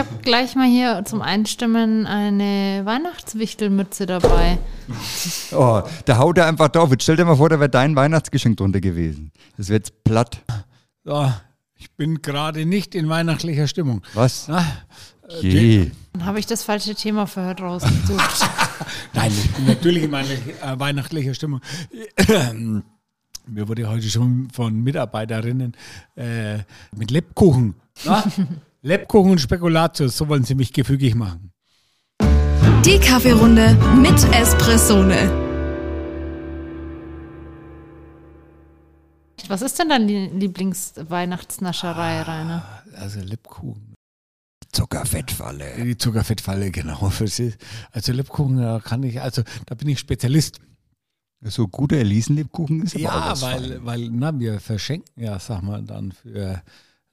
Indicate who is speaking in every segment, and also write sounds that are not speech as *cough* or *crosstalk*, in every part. Speaker 1: Ich habe gleich mal hier zum Einstimmen eine Weihnachtswichtelmütze dabei.
Speaker 2: Oh, da haut er einfach drauf. Jetzt stell dir mal vor, da wäre dein Weihnachtsgeschenk drunter gewesen. Das wäre jetzt platt.
Speaker 3: So, ich bin gerade nicht in weihnachtlicher Stimmung.
Speaker 2: Was?
Speaker 3: Na,
Speaker 2: Je.
Speaker 1: Dann habe ich das falsche Thema für heute rausgesucht.
Speaker 3: nein, ich bin natürlich in meiner äh, weihnachtlicher Stimmung. *clears throat* Mir wurde heute schon von Mitarbeiterinnen äh, mit Lebkuchen. Na? Lebkuchen und Spekulatius, so wollen sie mich gefügig machen.
Speaker 4: Die Kaffeerunde mit Espressone.
Speaker 1: Was ist denn deine Lieblingsweihnachtsnascherei, Rainer?
Speaker 3: Also Lebkuchen.
Speaker 2: Zuckerfettfalle.
Speaker 3: Die Zuckerfettfalle, genau. *laughs* verstehst? Also Lebkuchen, da kann ich, also da bin ich Spezialist.
Speaker 2: So guter Elisenlebkuchen ist aber auch
Speaker 3: Ja,
Speaker 2: was
Speaker 3: weil, weil na, wir verschenken ja, sag mal, dann für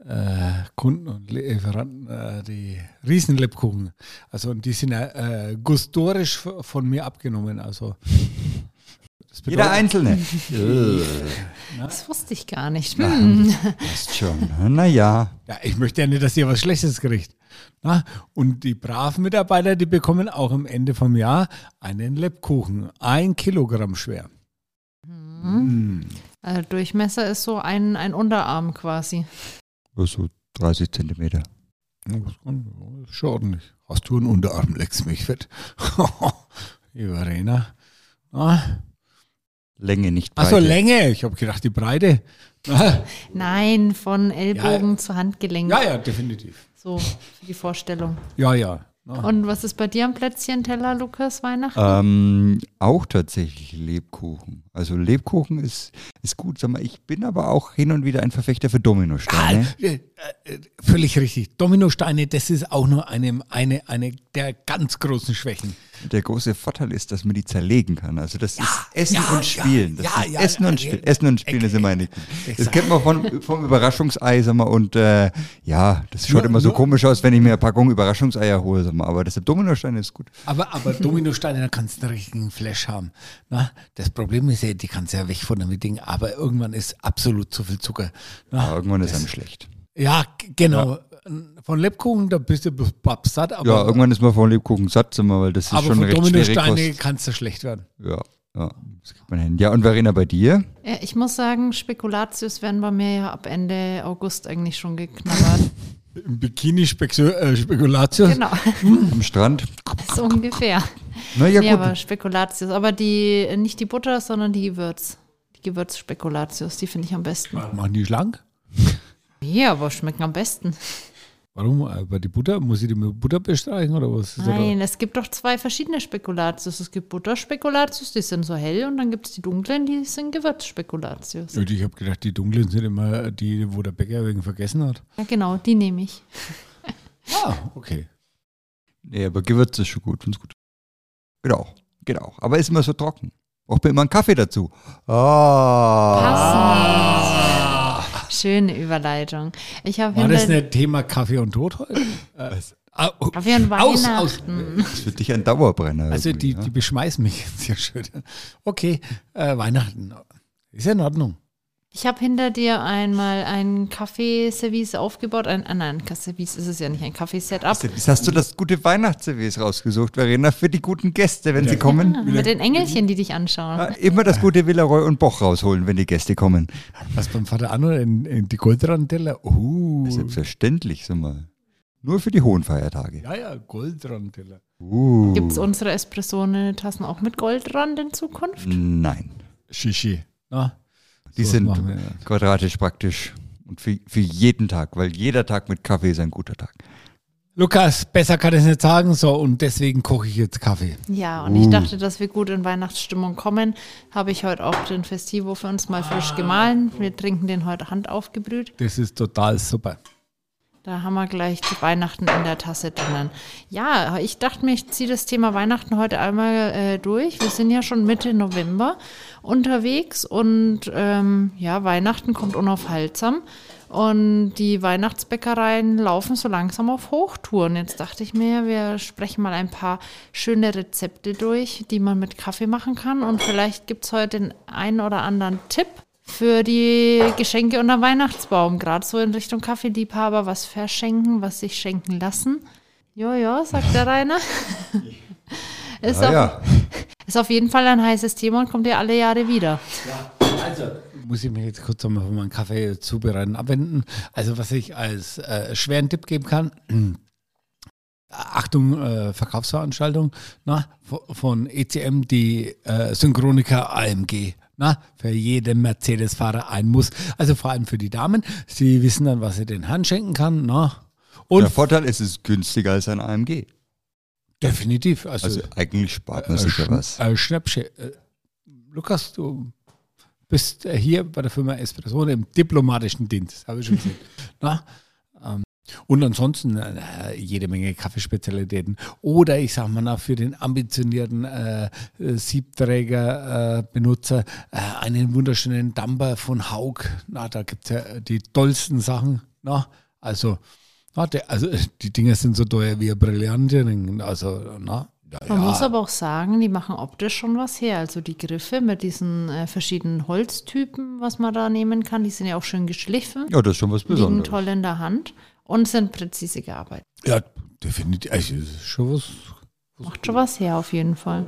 Speaker 3: äh, Kunden und Lieferanten äh, die Riesenlebkuchen. Also und die sind ja äh, gustorisch v- von mir abgenommen. Also das
Speaker 2: Jeder Einzelne.
Speaker 3: *laughs*
Speaker 2: Äh,
Speaker 1: Das wusste ich gar nicht. Hm.
Speaker 2: Ist schon. Naja.
Speaker 3: ja, ich möchte ja nicht, dass ihr was Schlechtes kriegt. Na? Und die braven Mitarbeiter, die bekommen auch am Ende vom Jahr einen Lebkuchen, ein Kilogramm schwer. Mm.
Speaker 1: Also Durchmesser ist so ein, ein Unterarm quasi.
Speaker 2: So 30 also Zentimeter.
Speaker 3: Ja, das Hm, kann, ja, ist schon ordentlich. Hast du einen Unterarm, leckst mich fett. *laughs* Ivarena. Ah,
Speaker 2: Länge nicht breit.
Speaker 3: achso, Länge. Ich habe gedacht, die Breite. Ah,
Speaker 1: Nein, von Ellbogen
Speaker 3: Ja.
Speaker 1: zu Handgelenk.
Speaker 3: ja, ja, definitiv.
Speaker 1: So für die Vorstellung.
Speaker 3: Ja, ja. Na,
Speaker 1: Und was ist bei dir am Plätzchen-Teller, Lukas, Weihnachten?
Speaker 3: Äh.
Speaker 2: Ähm, auch tatsächlich Lebkuchen. Also Lebkuchen ist, ist gut. Sag mal, ich bin aber auch hin und wieder ein Verfechter für Dominosteine.
Speaker 3: äh, äh, Völlig richtig. Dominosteine, das ist auch nur eine, eine, eine der ganz großen Schwächen.
Speaker 2: Der große Vorteil ist, dass man die zerlegen kann. Also das ist Essen
Speaker 3: ja,
Speaker 2: und Spielen. Das
Speaker 3: ja,
Speaker 2: ist
Speaker 3: ja,
Speaker 2: Essen
Speaker 3: ja,
Speaker 2: und
Speaker 3: ja.
Speaker 2: Spielen. Essen und Spielen ist immer eine. Das
Speaker 3: Exakt.
Speaker 2: kennt man von, vom Überraschungsei, sag mal. Und äh, ja, das schaut
Speaker 3: Nur-
Speaker 2: immer so
Speaker 3: nur-
Speaker 2: komisch aus, wenn ich mir eine Packung Überraschungseier hole, sag mal. Aber deshalb Dominosteine ist gut.
Speaker 3: Aber, aber Dominosteine, da kannst du einen richtigen Flash haben. Na, das Problem ist ja, die kannst du ja weg von dem Ding, aber irgendwann ist absolut zu viel Zucker. Na,
Speaker 2: Aber irgendwann ist einem schlecht.
Speaker 3: Ja, g- genau. Von Lebkuchen, da bist du b- bab satt, aber,
Speaker 2: Ja, irgendwann ist man von Lebkuchen satt, sag mal, weil das ist
Speaker 3: aber
Speaker 2: schon
Speaker 3: von
Speaker 2: recht schwierig.
Speaker 3: Dominosteine
Speaker 2: Kost.
Speaker 3: kannst du schlecht werden.
Speaker 2: Ja, ja, das kriegt man hin. Ja, und Verena, bei dir?
Speaker 1: Ja, Äh, ich muss sagen, Spekulatius werden bei mir ja ab Ende August eigentlich schon
Speaker 3: *laughs*
Speaker 1: geknabbert.
Speaker 3: Im Bikini Spexu äh, Spekulatius.
Speaker 1: genau, *laughs*
Speaker 2: Am Strand?
Speaker 1: so ungefähr.
Speaker 2: Na ja,
Speaker 1: nee,
Speaker 2: gut.
Speaker 1: aber Spekulatius. Aber die, äh, nicht die Butter, sondern die Gewürz. Die Gewürzspekulatius, die finde ich am besten.
Speaker 3: Machen die schlank?
Speaker 1: Ja, aber schmecken am besten.
Speaker 3: Warum? Äh, Bei die Butter? Muss ich die mit Butter bestreichen oder was? Ist da-
Speaker 1: Nein, es gibt doch zwei verschiedene Spekulatius. Es gibt Butterspekulatius, die sind so hell, und dann gibt es die dunklen, die sind Gewürzspekulatius.
Speaker 3: Und Ich habe gedacht, die dunklen sind immer die, wo der Bäcker wegen vergessen hat.
Speaker 1: Ja, genau, die nehme ich.
Speaker 3: Ah, okay.
Speaker 2: Nee, aber Gewürz ist schon gut, find's gut. Geht auch, geht auch. Aber ist immer so trocken. Braucht man immer einen Kaffee dazu. Ah.
Speaker 1: Passend. Schöne Überleitung. Ich habe
Speaker 3: War Oh, das
Speaker 1: hinter-
Speaker 3: nicht Thema Kaffee und Tod heute? Äh, ah, oh,
Speaker 1: Kaffee und
Speaker 3: aus, aus.
Speaker 1: Weihnachten.
Speaker 2: Das ist für dich ein Dauerbrenner.
Speaker 3: Also
Speaker 2: irgendwie,
Speaker 3: die,
Speaker 2: ja?
Speaker 3: die beschmeißen mich jetzt ja schön. Okay, äh, Weihnachten. Ist ja in Ordnung.
Speaker 1: Ich habe hinter dir einmal ein Kaffeeservice aufgebaut. Ein, ah nein, ein Service ist es ja nicht, ein Kaffeesetup.
Speaker 2: Jetzt hast du das gute Weihnachtsservice rausgesucht, Verena, für die guten Gäste, wenn sie kommen.
Speaker 1: Mit den Engelchen, die dich anschauen.
Speaker 2: Ja, Immer das gute Villaroy und Boch rausholen, wenn die Gäste kommen.
Speaker 3: Was beim Vater Anno in, in die Goldrandelle? Uh.
Speaker 2: Selbstverständlich, sag mal. Nur für die hohen Feiertage.
Speaker 3: Ja, ja, Goldrandelle.
Speaker 2: Uh,
Speaker 1: Gibt es unsere Espressone-Tassen auch mit Goldrand in Zukunft?
Speaker 2: nein.
Speaker 3: Shishi. Na,
Speaker 2: Die
Speaker 3: So
Speaker 2: sind
Speaker 3: machen wir das.
Speaker 2: quadratisch praktisch und für, für jeden Tag, weil jeder Tag mit Kaffee ist ein guter Tag.
Speaker 3: Lukas, besser kann ich es nicht sagen. So, und deswegen koche ich jetzt Kaffee.
Speaker 1: Ja, und ich dachte, dass wir gut in Weihnachtsstimmung kommen. Habe ich heute auch den Festivo für uns mal frisch gemahlen. Wir trinken den heute handaufgebrüht.
Speaker 3: Das ist total super.
Speaker 1: Da haben wir gleich die Weihnachten in der Tasse drinnen. Ja, ich dachte mir, ich ziehe das Thema Weihnachten heute einmal äh, durch. Wir sind ja schon Mitte November unterwegs und ähm, ja, Weihnachten kommt unaufhaltsam. Und die Weihnachtsbäckereien laufen so langsam auf Hochtouren. Jetzt dachte ich mir, wir sprechen mal ein paar schöne Rezepte durch, die man mit Kaffee machen kann. Und vielleicht gibt es heute den einen oder anderen Tipp für die Geschenke unter Weihnachtsbaum, gerade so in Richtung Kaffeeliebhaber, was verschenken, was sich schenken lassen. Jo, jo, sagt der
Speaker 2: *laughs*
Speaker 1: Rainer. ist,
Speaker 2: Ah,
Speaker 1: auf,
Speaker 2: ja.
Speaker 1: ist auf jeden Fall ein heißes Thema und kommt ja alle Jahre wieder.
Speaker 3: Muss ich mich jetzt kurz nochmal von meinem Kaffee zubereiten abwenden. Also was ich als äh, schweren Tipp geben kann, äh, Achtung, äh, Verkaufsveranstaltung na, vo- von ECM, die äh, Synchronica AMG. Na, für jeden Mercedes-Fahrer ein Muss. Also vor allem für die Damen. Sie wissen dann, was sie den Herren schenken kann. Na. Und
Speaker 2: Der Vorteil ist, es ist günstiger als ein AMG.
Speaker 3: definitiv. Also,
Speaker 2: Also eigentlich spart man
Speaker 3: äh,
Speaker 2: sich ja
Speaker 3: Schn-
Speaker 2: was.
Speaker 3: Äh, Schnäppchen. Äh, Lukas, du bist äh, hier bei der Firma Espresso im diplomatischen Dienst, habe ich schon
Speaker 2: *laughs*
Speaker 3: gesehen. Na, ähm, und ansonsten äh, jede Menge Kaffeespezialitäten. Oder ich sage mal na, für den ambitionierten äh, äh, Siebträger-Benutzer äh, einen wunderschönen Damper von Haug. Na, da gibt es ja äh, die tollsten Sachen. Na, also, na, der, also äh, die Dinger sind so teuer wie ein Brillantin. Also, na, ja,
Speaker 1: Man
Speaker 3: ja.
Speaker 1: muss aber auch sagen, die machen optisch schon was her. Also die Griffe mit diesen äh, verschiedenen Holztypen, was man da nehmen kann, die sind ja auch schön geschliffen,
Speaker 2: Ja, das ist schon was
Speaker 1: liegen
Speaker 2: Besonderes.
Speaker 1: toll in der Hand und sind präzise gearbeitet.
Speaker 3: Ja, definitiv. Also, das ist schon was.
Speaker 1: Macht schon was her auf jeden Fall.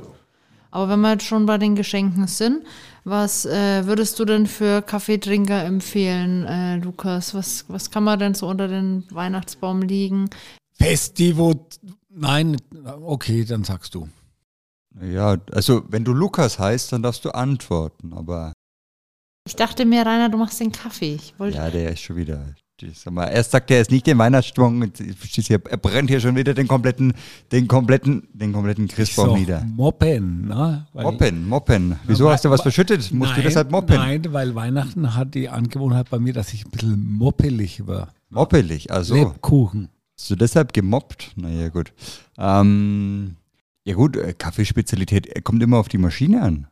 Speaker 1: Aber wenn wir jetzt schon bei den Geschenken sind, was äh, würdest du denn für Kaffeetrinker empfehlen, äh, Lukas? Was, was kann man denn so unter den Weihnachtsbaum liegen?
Speaker 3: Festivo. Nein, okay, dann sagst du.
Speaker 2: Ja, also wenn du Lukas heißt, dann darfst du antworten. Aber
Speaker 1: Ich dachte mir, Rainer, du machst den Kaffee. Ich wollte
Speaker 2: ja, der ist schon wieder. Ich Sag mal, erst sagt er, er ist nicht den Weihnachtsschwung. jetzt verstehst du, Er brennt hier schon wieder den kompletten, den kompletten, den kompletten Christbaum
Speaker 3: Ist doch
Speaker 2: nieder.
Speaker 3: Moppen, ne? Weil-
Speaker 2: Moppen, moppen. Wieso
Speaker 3: Na,
Speaker 2: hast du was
Speaker 3: weil-
Speaker 2: verschüttet? Musst
Speaker 3: nein,
Speaker 2: du deshalb moppen?
Speaker 3: Nein, weil Weihnachten hat die Angewohnheit bei mir, dass ich ein bisschen moppelig war.
Speaker 2: Moppelig, also.
Speaker 3: Lebkuchen.
Speaker 2: Hast du deshalb gemobbt? Naja, gut. Ähm, ja gut, äh, Kaffeespezialität äh, kommt immer auf die Maschine an.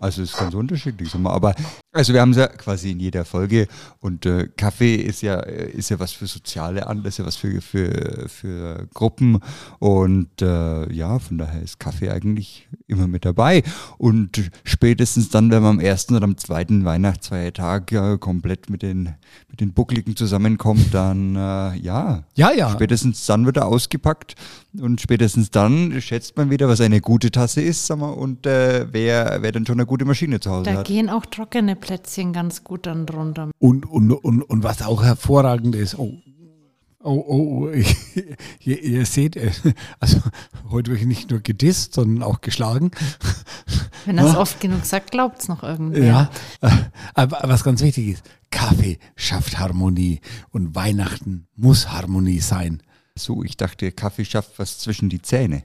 Speaker 2: Also ist ganz unterschiedlich, sag mal. Aber also wir haben es ja quasi in jeder Folge und äh, Kaffee ist ja äh, ist ja was für soziale Anlässe, was für für, für Gruppen und äh, ja von daher ist Kaffee eigentlich immer mit dabei und spätestens dann, wenn wir am ersten oder am zweiten Weihnachtsfeiertag äh, komplett mit den mit den Buckligen zusammenkommt, dann äh, ja
Speaker 3: Ja, ja.
Speaker 2: Spätestens dann wird er ausgepackt und spätestens dann schätzt man wieder, was eine gute Tasse ist, sag mal, und äh, wer, wer dann schon eine gute Maschine zu Hause
Speaker 1: Da
Speaker 2: hat.
Speaker 1: gehen auch trockene Plätzchen ganz gut dann drunter.
Speaker 3: Und, und, und, und was auch hervorragend ist, oh, oh, oh, *laughs* oh ich, ihr, ihr seht, äh, also heute werde ich nicht nur gedisst, sondern auch geschlagen.
Speaker 1: Wenn er es
Speaker 3: Ah.
Speaker 1: oft genug sagt, glaubt es noch irgendwer.
Speaker 3: Ja, äh, aber was ganz wichtig ist, Kaffee schafft Harmonie und Weihnachten muss Harmonie sein.
Speaker 2: So, ich dachte, Kaffee schafft was zwischen die Zähne.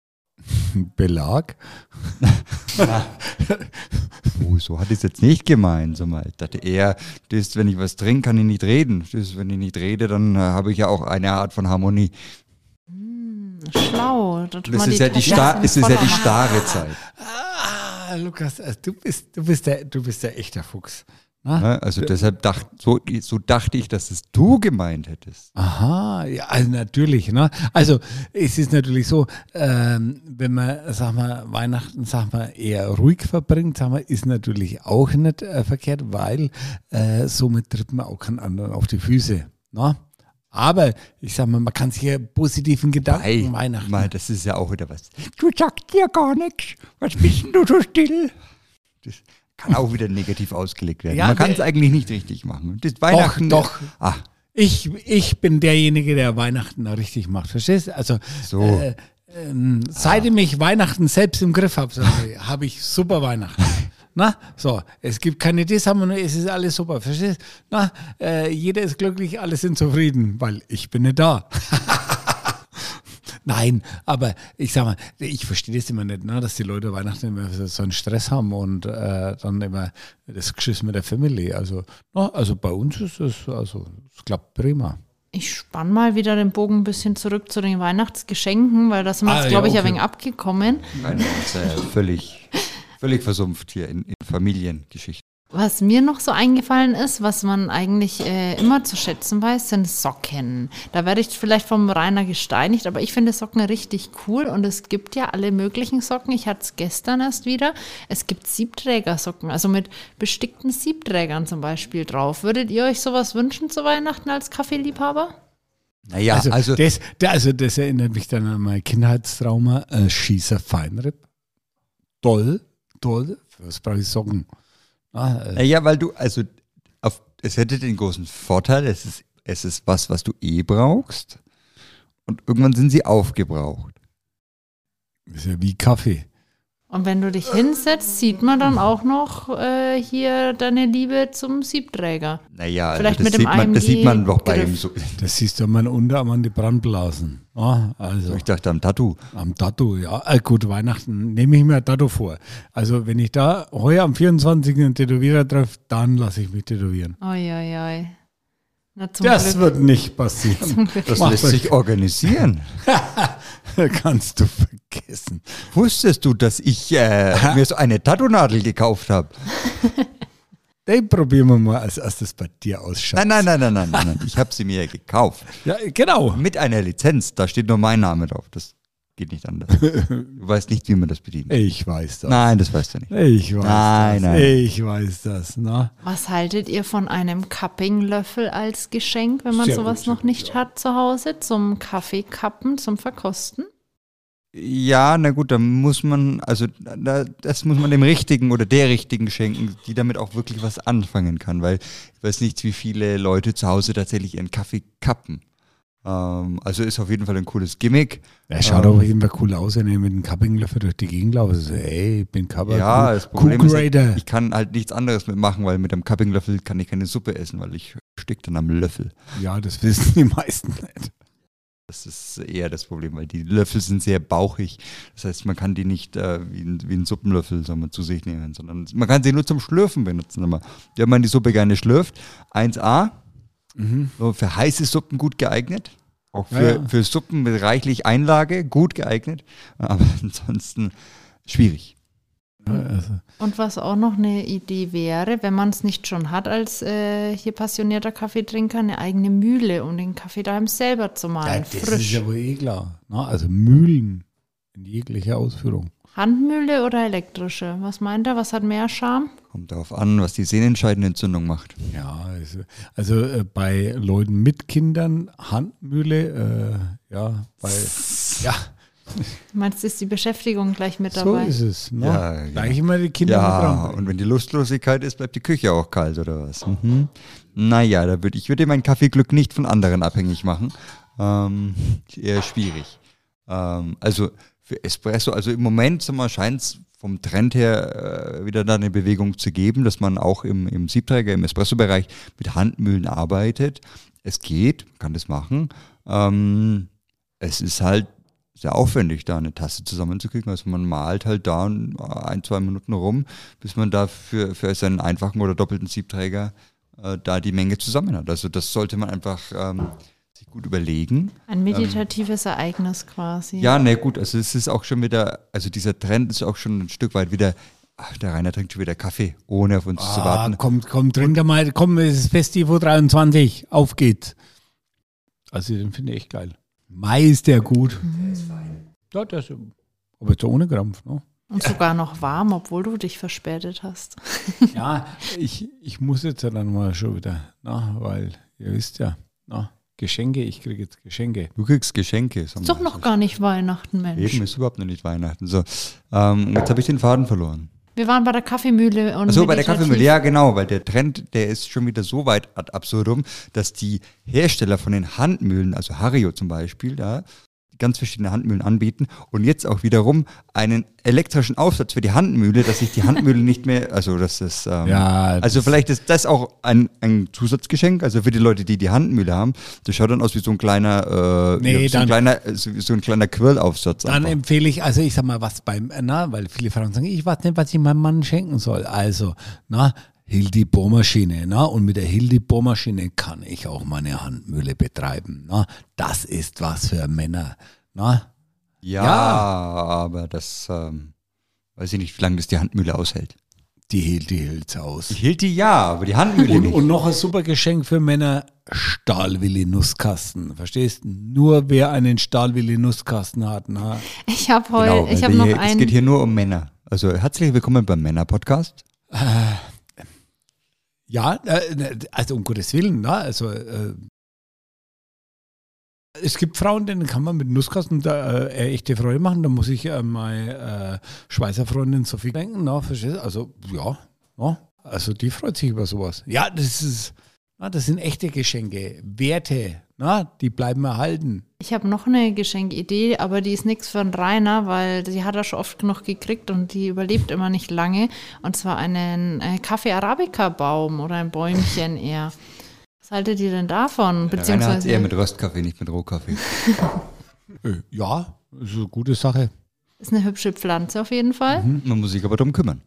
Speaker 3: *laughs* Belag?
Speaker 2: Oh, so hat ich es jetzt nicht gemeint, sag mal. Ich dachte eher, das, wenn ich was trinke, kann ich nicht reden. Das, wenn ich nicht rede, dann äh, habe ich ja auch eine Art von Harmonie.
Speaker 1: Schlau. Da tut
Speaker 2: Das
Speaker 1: man
Speaker 2: ist ja die,
Speaker 1: Taschen
Speaker 2: sta es ist ja
Speaker 1: voller
Speaker 2: die
Speaker 1: machen.
Speaker 2: starre Zeit.
Speaker 3: Ah, Lukas, also du bist, du bist der, du bist der echte Fuchs. Na?
Speaker 2: Ne? Also deshalb dacht, so, so dachte ich, dass es du gemeint hättest.
Speaker 3: Aha, ja, also natürlich. Ne? Also es ist natürlich so, ähm, wenn man, sag mal, Weihnachten, sag mal, eher ruhig verbringt, sag mal, ist natürlich auch nicht äh, verkehrt, weil äh, somit tritt man auch keinen anderen auf die Füße. Ne? Aber ich sag mal, man kann sich ja positiven Gedanken
Speaker 2: Ei,
Speaker 3: Weihnachten.
Speaker 2: Mal, das ist ja auch wieder was. Du sagst dir gar nichts. Was bist denn du so still? Das kann auch wieder negativ ausgelegt werden.
Speaker 3: Ja,
Speaker 2: Man kann es
Speaker 3: der-
Speaker 2: eigentlich nicht richtig machen. Das Weihnachten.
Speaker 3: doch.
Speaker 2: Ah,
Speaker 3: Ich, ich bin derjenige, der Weihnachten auch richtig macht, verstehst du? Also
Speaker 2: So.
Speaker 3: äh, ähm, seitdem ich Weihnachten selbst im Griff habe, habe ich super Weihnachten. Na, so, es gibt keine Disharmonie, es ist alles super, verstehst du? Na, äh, jeder ist glücklich, alle sind zufrieden, weil ich bin nicht da. *laughs* Nein, aber ich sag mal, ich verstehe das immer nicht, ne, dass die Leute Weihnachten immer so so einen Stress haben und äh, dann immer das Geschiss mit der Family. Also, na, also bei uns ist es, also es klappt prima.
Speaker 1: Ich spann mal wieder den Bogen ein bisschen zurück zu den Weihnachtsgeschenken, weil da sind wir
Speaker 3: Ah,
Speaker 1: jetzt,
Speaker 3: ja,
Speaker 1: glaube ich, ein
Speaker 3: okay.
Speaker 1: wenig abgekommen.
Speaker 2: nein, das ist, äh, völlig, völlig versumpft hier in, in Familiengeschichten.
Speaker 1: Was mir noch so eingefallen ist, was man eigentlich äh, immer zu schätzen weiß, sind Socken. Da werde ich vielleicht vom Rainer gesteinigt, aber ich finde Socken richtig cool und es gibt ja alle möglichen Socken. Ich hatte es gestern erst wieder. Es gibt Siebträgersocken, also mit bestickten Siebträgern zum Beispiel drauf. Würdet ihr euch sowas wünschen zu Weihnachten als Kaffeeliebhaber?
Speaker 2: Naja, also,
Speaker 3: also, das, da- also das erinnert mich dann an mein Kindheitstrauma. Äh, Schießer Feinripp. Toll, toll. Für was brauche ich Socken? Ah, äh,
Speaker 2: naja, weil du, also auf, es hätte den großen Vorteil, es ist, es ist was, was du eh brauchst und irgendwann sind sie aufgebraucht.
Speaker 3: ist ja wie Kaffee.
Speaker 1: Und wenn du dich hinsetzt, sieht man dann auch noch äh, hier deine Liebe zum Siebträger.
Speaker 2: Naja, also
Speaker 1: Vielleicht
Speaker 2: das,
Speaker 1: mit dem
Speaker 2: sieht man, das sieht man doch bei
Speaker 1: AMG
Speaker 2: ihm so. *laughs*
Speaker 3: Das siehst du an meinen Unterarm, die Brandblasen. Ah, also.
Speaker 2: Ich dachte am Tattoo.
Speaker 3: Am Tattoo, ja. Äh, gut, Weihnachten nehme ich mir ein Tattoo vor. Also, wenn ich da heuer am 24. einen Tätowierer treffe, dann lasse ich mich tätowieren.
Speaker 1: Uiuiui. Na, zum
Speaker 3: das
Speaker 1: Glück.
Speaker 3: wird nicht passieren.
Speaker 2: Das
Speaker 3: Mach
Speaker 2: lässt
Speaker 3: das.
Speaker 2: sich organisieren.
Speaker 3: *laughs* Kannst du vergessen.
Speaker 2: Wusstest du, dass ich äh, mir so eine Tattoo-Nadel gekauft habe?
Speaker 3: Den probieren wir mal als erstes bei dir aus. Schatz.
Speaker 2: Nein, nein, nein, nein, nein, nein, nein. Ich habe sie mir gekauft.
Speaker 3: Ja, genau.
Speaker 2: Mit einer Lizenz. Da steht nur mein Name drauf. Das geht nicht anders. Du weißt nicht, wie man das bedient.
Speaker 3: Ich weiß das.
Speaker 2: Nein, das weißt du nicht.
Speaker 3: Ich weiß
Speaker 2: Nein,
Speaker 3: das.
Speaker 2: nein.
Speaker 3: Ich weiß das. Na?
Speaker 1: Was haltet ihr von einem Cupping-Löffel als Geschenk, wenn man
Speaker 3: Sehr
Speaker 1: sowas
Speaker 3: gut, sehr
Speaker 1: noch
Speaker 3: gut,
Speaker 1: nicht hat zu Hause, zum Kaffeekappen, zum Verkosten?
Speaker 2: Ja, na gut, da muss man, also da, das muss man dem Richtigen oder der Richtigen schenken, die damit auch wirklich was anfangen kann, weil ich weiß nicht, wie viele Leute zu Hause tatsächlich ihren Kaffee kappen. Ähm, also ist auf jeden Fall ein cooles Gimmick.
Speaker 3: Er schaut
Speaker 2: Ähm.
Speaker 3: aber jedenfalls cool aus, wenn er mit einem Cuppinglöffel durch die Gegend läuft. Also, ey, ich bin Cupper.
Speaker 2: ja,
Speaker 3: cool,
Speaker 2: das Problem
Speaker 3: cool
Speaker 2: ist,
Speaker 3: Grader.
Speaker 2: halt, ich kann halt nichts anderes mitmachen, weil mit einem Cuppinglöffel kann ich keine Suppe essen, weil ich stecke dann am Löffel.
Speaker 3: Ja, das wissen die meisten nicht.
Speaker 2: Das ist eher das Problem, weil die Löffel sind sehr bauchig. Das heißt, man kann die nicht äh, wie, ein- wie einen Suppenlöffel sagen wir, zu sich nehmen, sondern man kann sie nur zum Schlürfen benutzen. Sagen wir. Wenn man die Suppe gerne schlürft, 1a, so für heiße Suppen gut geeignet. Auch
Speaker 3: Mhm. Ja,
Speaker 2: für,
Speaker 3: ja.
Speaker 2: für Suppen mit reichlich Einlage gut geeignet. *laughs* Aber ansonsten schwierig.
Speaker 3: Also,
Speaker 1: Und was auch noch eine Idee wäre, wenn man es nicht schon hat als äh, hier passionierter Kaffeetrinker, eine eigene Mühle, um den Kaffee daheim selber zu
Speaker 3: ja,
Speaker 1: mahlen.
Speaker 3: das ist
Speaker 1: Frisch.
Speaker 3: ja wohl eh klar. Na, also Mühlen in jeglicher Ausführung.
Speaker 1: Handmühle oder elektrische? Was meint er? Was hat mehr Charme?
Speaker 2: Kommt darauf an, was die sehnenscheidende Entzündung macht.
Speaker 3: Ja, also, also äh, bei Leuten mit Kindern, Handmühle, äh, ja, bei, ja,
Speaker 1: Meinst du, ist die Beschäftigung gleich mit
Speaker 3: so
Speaker 1: dabei?
Speaker 3: ist es. Ne?
Speaker 2: Ja, genau.
Speaker 3: Gleich immer die Kinder
Speaker 2: Ja,
Speaker 3: mit
Speaker 2: und wenn die Lustlosigkeit ist, bleibt die Küche auch kalt oder was? Mhm. Naja, da würde ich würde mein Kaffeeglück nicht von anderen abhängig machen. Ähm, eher schwierig. Ähm, also für Espresso, also im Moment scheint es vom Trend her äh, wieder da eine Bewegung zu geben, dass man auch im, im Siebträger, im Espresso-Bereich mit Handmühlen arbeitet. Es geht, man kann das machen. Ähm, es ist halt sehr aufwendig, da eine Tasse zusammenzukriegen. Also man malt halt da ein, zwei Minuten rum, bis man da für, für seinen einfachen oder doppelten Siebträger äh, da die Menge zusammen hat. Also das sollte man einfach ähm, sich gut überlegen.
Speaker 1: Ein meditatives Ereignis quasi.
Speaker 2: Ja, na gut, also es ist auch schon wieder, also dieser Trend ist auch schon ein Stück weit wieder, ach, der Rainer trinkt schon wieder Kaffee, ohne auf uns zu
Speaker 3: Ah,
Speaker 2: warten.
Speaker 3: komm, komm, trink da mal, komm, es ist Festivo 23, auf geht's. Also den finde ich echt geil. Mai ist Mhm. der gut. Ja, der ist, aber jetzt ohne Krampf, ne?
Speaker 1: Und sogar noch warm, obwohl du dich verspätet hast.
Speaker 3: *laughs* Ja, ich, ich muss jetzt ja dann mal schon wieder, na, weil ihr wisst ja, na, Geschenke, ich kriege jetzt Geschenke.
Speaker 2: Du kriegst Geschenke. sag
Speaker 1: Ist
Speaker 2: mal.
Speaker 1: doch noch gar nicht Weihnachten, Mensch.
Speaker 2: Eben ist überhaupt noch nicht Weihnachten. So, ähm, jetzt habe ich den Faden verloren.
Speaker 1: Wir waren bei der Kaffeemühle und
Speaker 2: Ach so bei der
Speaker 1: meditativ.
Speaker 2: Kaffeemühle, ja genau, weil der Trend, der ist schon wieder so weit ad absurdum, dass die Hersteller von den Handmühlen, also Hario zum Beispiel, da ganz verschiedene Handmühlen anbieten und jetzt auch wiederum einen elektrischen Aufsatz für die Handmühle, dass sich die Handmühle nicht mehr, also das ist, ähm,
Speaker 3: Ja, das-
Speaker 2: also vielleicht ist das auch ein, ein Zusatzgeschenk, also für die Leute, die die Handmühle haben, das schaut dann aus wie so ein kleiner, äh,
Speaker 3: Nee,
Speaker 2: ja, so ein
Speaker 3: dann-
Speaker 2: kleiner, äh, so, so ein kleiner Quirlaufsatz.
Speaker 3: Dann
Speaker 2: einfach.
Speaker 3: empfehle ich, also ich sag mal was beim, na, weil viele Frauen sagen, ich weiß nicht, was ich meinem Mann schenken soll. Also, na, Hildi Bohrmaschine, na, und mit der Hildi Bohrmaschine kann ich auch meine Handmühle betreiben, na. Das ist was für Männer, na.
Speaker 2: ja,
Speaker 3: Ja.
Speaker 2: aber das, ähm, weiß ich nicht, wie lange das die Handmühle aushält.
Speaker 3: die hielt die Hills aus.
Speaker 2: Ich hielt die ja, aber die Handmühle
Speaker 3: Und,
Speaker 2: nicht.
Speaker 3: und noch ein super Geschenk für Männer, Stahlwilli-Nusskasten. Verstehst? Nur wer einen Stahlwilli-Nusskasten hat, na,
Speaker 1: Ich habe
Speaker 2: genau,
Speaker 1: heute, ich habe
Speaker 2: wir-
Speaker 1: noch
Speaker 2: Es geht
Speaker 1: einen.
Speaker 2: hier nur um Männer. Also herzlich willkommen beim Männer-Podcast.
Speaker 3: Ja, äh, ne, also um Gottes Willen, ne? also äh, es gibt Frauen, denen kann man mit Nusskasten da, äh, echte Freude machen. Da muss ich äh, meine äh, Schweizer Freundin Sophie denken, ne? verstehst du? Also ja, ne? also die freut sich über sowas. Ja, das ist, na, das sind echte Geschenke, Werte, na, die bleiben erhalten.
Speaker 1: Ich habe noch eine Geschenkidee, aber die ist nichts für einen Rainer, weil die hat er schon oft genug gekriegt und die überlebt immer nicht lange. Und zwar einen äh, Kaffee Arabica Baum oder ein Bäumchen eher. Was haltet ihr denn davon?
Speaker 2: Der Rainer hat
Speaker 1: Beziehungsweise
Speaker 2: eher mit Röstkaffee, nicht mit Rohkaffee.
Speaker 3: Äh, ja, ist eine gute Sache.
Speaker 1: ist eine hübsche Pflanze auf jeden Fall.
Speaker 2: Man muss sich aber darum kümmern.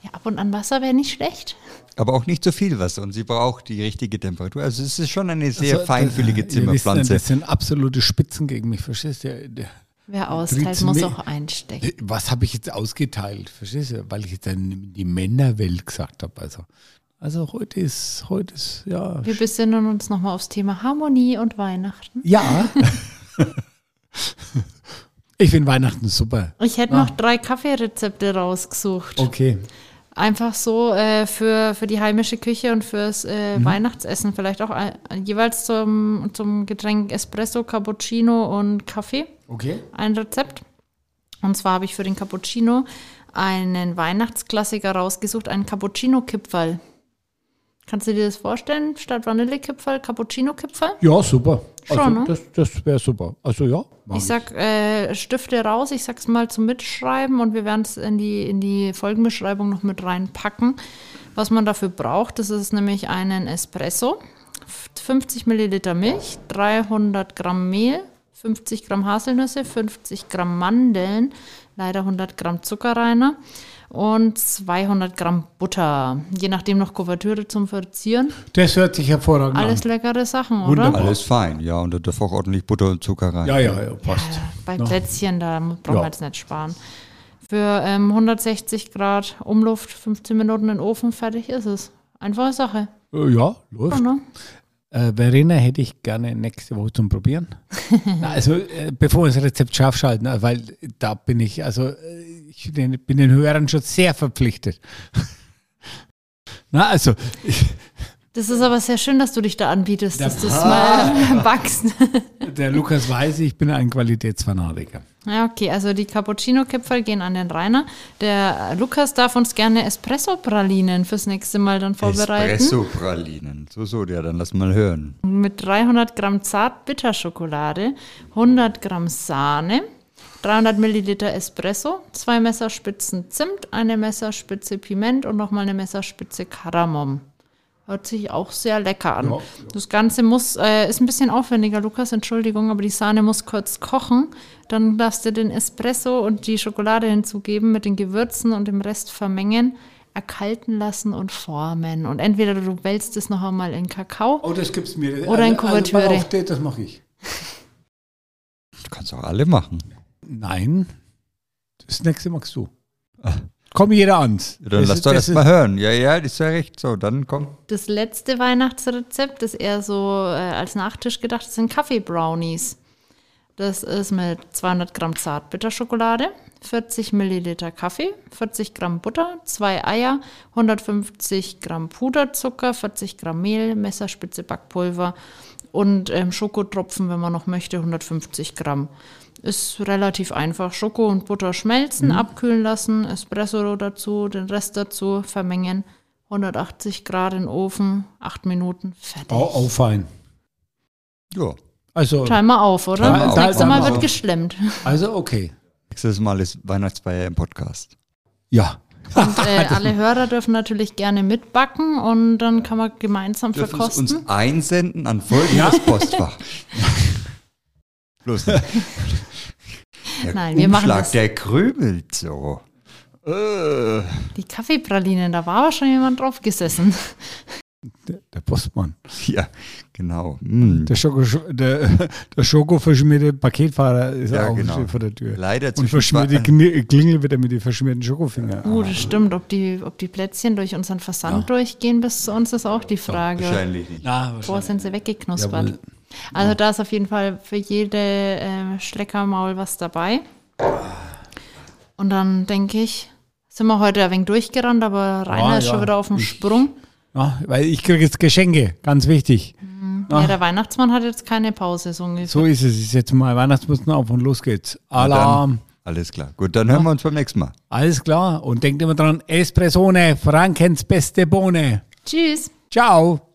Speaker 1: Ja, ab und an Wasser wäre nicht schlecht.
Speaker 2: Aber auch nicht zu viel Wasser und sie braucht die richtige Temperatur. Also es ist schon eine sehr
Speaker 3: Also,
Speaker 2: feinfühlige
Speaker 3: ihr wisst ja,
Speaker 2: Zimmerpflanze.
Speaker 3: Das sind absolute Spitzen gegen mich, verstehst du? Der-
Speaker 1: Wer
Speaker 3: Dritt's
Speaker 1: austeilt, muss
Speaker 3: Mi-
Speaker 1: auch einstecken.
Speaker 3: Was habe ich jetzt ausgeteilt? Verstehst du? Weil ich jetzt dann die Männerwelt gesagt habe. Also, also heute ist, heute ist, ja.
Speaker 1: Wir besinnen uns nochmal aufs Thema Harmonie und Weihnachten.
Speaker 3: Ja. *laughs* ich finde Weihnachten super.
Speaker 1: Ich hätte
Speaker 2: Ah.
Speaker 1: noch drei Kaffeerezepte
Speaker 2: Oh,
Speaker 1: rausgesucht.
Speaker 3: Okay.
Speaker 1: Einfach so äh, für, für die heimische Küche und fürs äh, Weihnachtsessen. Vielleicht auch ein, jeweils zum, zum Getränk Espresso, Cappuccino und Kaffee
Speaker 3: Okay.
Speaker 1: ein Rezept. Und zwar habe ich für den Cappuccino einen Weihnachtsklassiker rausgesucht, einen Cappuccino-Kipferl. Kannst du dir das vorstellen? Statt Vanillekipferl, Cappuccino-Kipferl?
Speaker 3: Ja, super.
Speaker 1: Schon,
Speaker 3: also,
Speaker 1: ne?
Speaker 3: das das wäre super. Also ja. mach
Speaker 1: Ich sag äh, Stifte raus, ich sag's mal zum Mitschreiben und wir werden es in die, in die Folgenbeschreibung noch mit reinpacken. Was man dafür braucht, das ist nämlich einen Espresso, f- 50 Milliliter Milch, 300 Gramm Mehl, 50 Gramm Haselnüsse, 50 Gramm Mandeln, leider 100 Gramm Zuckerreiner und 200 Gramm Butter. Je nachdem noch Kuvertüre zum Verzieren.
Speaker 3: Das hört sich hervorragend
Speaker 1: Alles
Speaker 3: an.
Speaker 1: leckere Sachen, oder?
Speaker 3: Wunderbar.
Speaker 2: Alles fein, ja. Und da darf auch ordentlich Butter und Zucker rein.
Speaker 3: Ja, ja, ja, passt.
Speaker 1: Bei Plätzchen, da mu- brauchen
Speaker 3: Ja.
Speaker 1: wir jetzt nicht sparen. Für ähm, 160 Grad Umluft, 15 Minuten in den Ofen, fertig ist es. Einfache Sache.
Speaker 3: Äh, Ja, läuft.
Speaker 1: Ne?
Speaker 3: Äh, Verena hätte ich gerne nächste Woche zum Probieren. Na, also äh, bevor wir das Rezept scharf schalten, äh, weil da bin ich, also äh, ich den, bin den Hörern schon sehr verpflichtet. *laughs* Na, also, ich,
Speaker 1: Das ist aber sehr schön, dass du dich da anbietest,
Speaker 3: Ja.
Speaker 1: dass du es mal *laughs* backst.
Speaker 3: der Lukas weiß, ich bin ein Qualitätsfanatiker.
Speaker 1: Ja, okay, also die Cappuccino-Kipferl gehen an den Rainer. Der Lukas darf uns gerne Espresso-Pralinen fürs nächste Mal dann vorbereiten.
Speaker 2: Espresso-Pralinen. So, so, ja, dann lass mal hören.
Speaker 1: mit 300 Gramm Zartbitterschokolade, 100 Gramm Sahne, 300 Milliliter Espresso, zwei Messerspitzen Zimt, eine Messerspitze Piment und nochmal eine Messerspitze Karamom. Hört sich auch sehr lecker an. Das Ganze muss, äh, ist ein bisschen aufwendiger, Lukas, Entschuldigung, aber die Sahne muss kurz kochen. Dann darfst du den Espresso und die Schokolade hinzugeben, mit den Gewürzen und dem Rest vermengen, erkalten lassen und formen. Und entweder du wälzt es noch einmal in Kakao
Speaker 3: Oh, das gibt's mir.
Speaker 1: Oder in Also, pass auf,
Speaker 3: das mache ich.
Speaker 2: Du kannst auch alle machen.
Speaker 3: Nein, das nächste machst du. Komm jeder ans.
Speaker 2: Ah. Ja, dann
Speaker 3: Das
Speaker 2: lass
Speaker 3: ist-
Speaker 2: doch
Speaker 3: das
Speaker 2: erst mal hören. Ja, ja, das ist ja recht. So, dann komm.
Speaker 1: Das letzte Weihnachtsrezept ist eher so äh, als Nachtisch gedacht, das sind Kaffee-Brownies. Das ist mit 200 Gramm Zartbitterschokolade, 40 Milliliter Kaffee, 40 Gramm Butter, zwei Eier, 150 Gramm Puderzucker, 40 Gramm Mehl, Messerspitze Backpulver und ähm, Schokotropfen, wenn man noch möchte, 150 Gramm. Ist relativ einfach. Schoko und Butter
Speaker 2: Mhm.
Speaker 1: schmelzen, abkühlen lassen, Espresso dazu, den Rest dazu vermengen, 180 Grad in den Ofen, 8 Minuten, fertig.
Speaker 3: Oh, oh, fein.
Speaker 2: Ja.
Speaker 3: Also,
Speaker 1: Timer auf, oder?
Speaker 2: Timer
Speaker 1: Das
Speaker 2: auf,
Speaker 1: nächste Mal
Speaker 2: Timer auf.
Speaker 1: wird geschlemmt.
Speaker 3: also okay.
Speaker 2: Nächstes Mal ist Weihnachtsfeier im Podcast.
Speaker 3: Ja.
Speaker 1: Und äh, alle Hörer dürfen natürlich gerne mitbacken und dann kann man gemeinsam
Speaker 2: Dürfen Sie
Speaker 1: verkosten.
Speaker 2: uns einsenden an folgendes
Speaker 1: *laughs*
Speaker 2: Postfach. Los. Der
Speaker 1: Nein, wir machen
Speaker 2: Umschlag,
Speaker 1: das. Äh.
Speaker 2: Der krümelt so. Äh.
Speaker 1: Die Kaffeepralinen, da war aber schon jemand drauf gesessen.
Speaker 3: Der, der Postmann.
Speaker 2: Ja, genau. Mm.
Speaker 3: Der, Schoko, der, *laughs* der schokoverschmierte Paketfahrer ist
Speaker 2: Ja,
Speaker 3: auch
Speaker 2: genau.
Speaker 3: steht vor der Tür.
Speaker 2: Leider
Speaker 3: Und
Speaker 2: zwischen
Speaker 3: verschmiert die
Speaker 2: zwei-
Speaker 3: Kni- Klingel wieder mit den verschmierten Schokofingern.
Speaker 1: Oh, das stimmt. Ob die, ob die Plätzchen durch unseren Versand durchgehen bis zu uns, ist auch die Frage.
Speaker 2: Wahrscheinlich nicht.
Speaker 3: Na,
Speaker 1: Boah, sind sie weggeknuspert.
Speaker 3: Jawohl.
Speaker 1: Also da ist auf jeden Fall für jede äh, Streckermaul was dabei. Und dann denke ich, sind wir heute ein wenig durchgerannt, aber Rainer
Speaker 3: Ah,
Speaker 1: ist
Speaker 3: ja.
Speaker 1: schon wieder auf dem
Speaker 3: Ich-
Speaker 1: Sprung.
Speaker 3: Ja, weil ich kriege jetzt Geschenke, ganz wichtig.
Speaker 1: Ja, der Weihnachtsmann hat jetzt keine Pause, so ungefähr.
Speaker 3: So ist es. Ist jetzt mal Weihnachtsmuster auf und los geht's.
Speaker 1: ähm.
Speaker 3: Alarm.
Speaker 2: Alles klar. Gut, dann hören wir uns beim nächsten Mal.
Speaker 3: Alles klar. Und denkt immer dran, Espressone, Frankens beste Bohne.
Speaker 1: Tschüss.
Speaker 3: Ciao.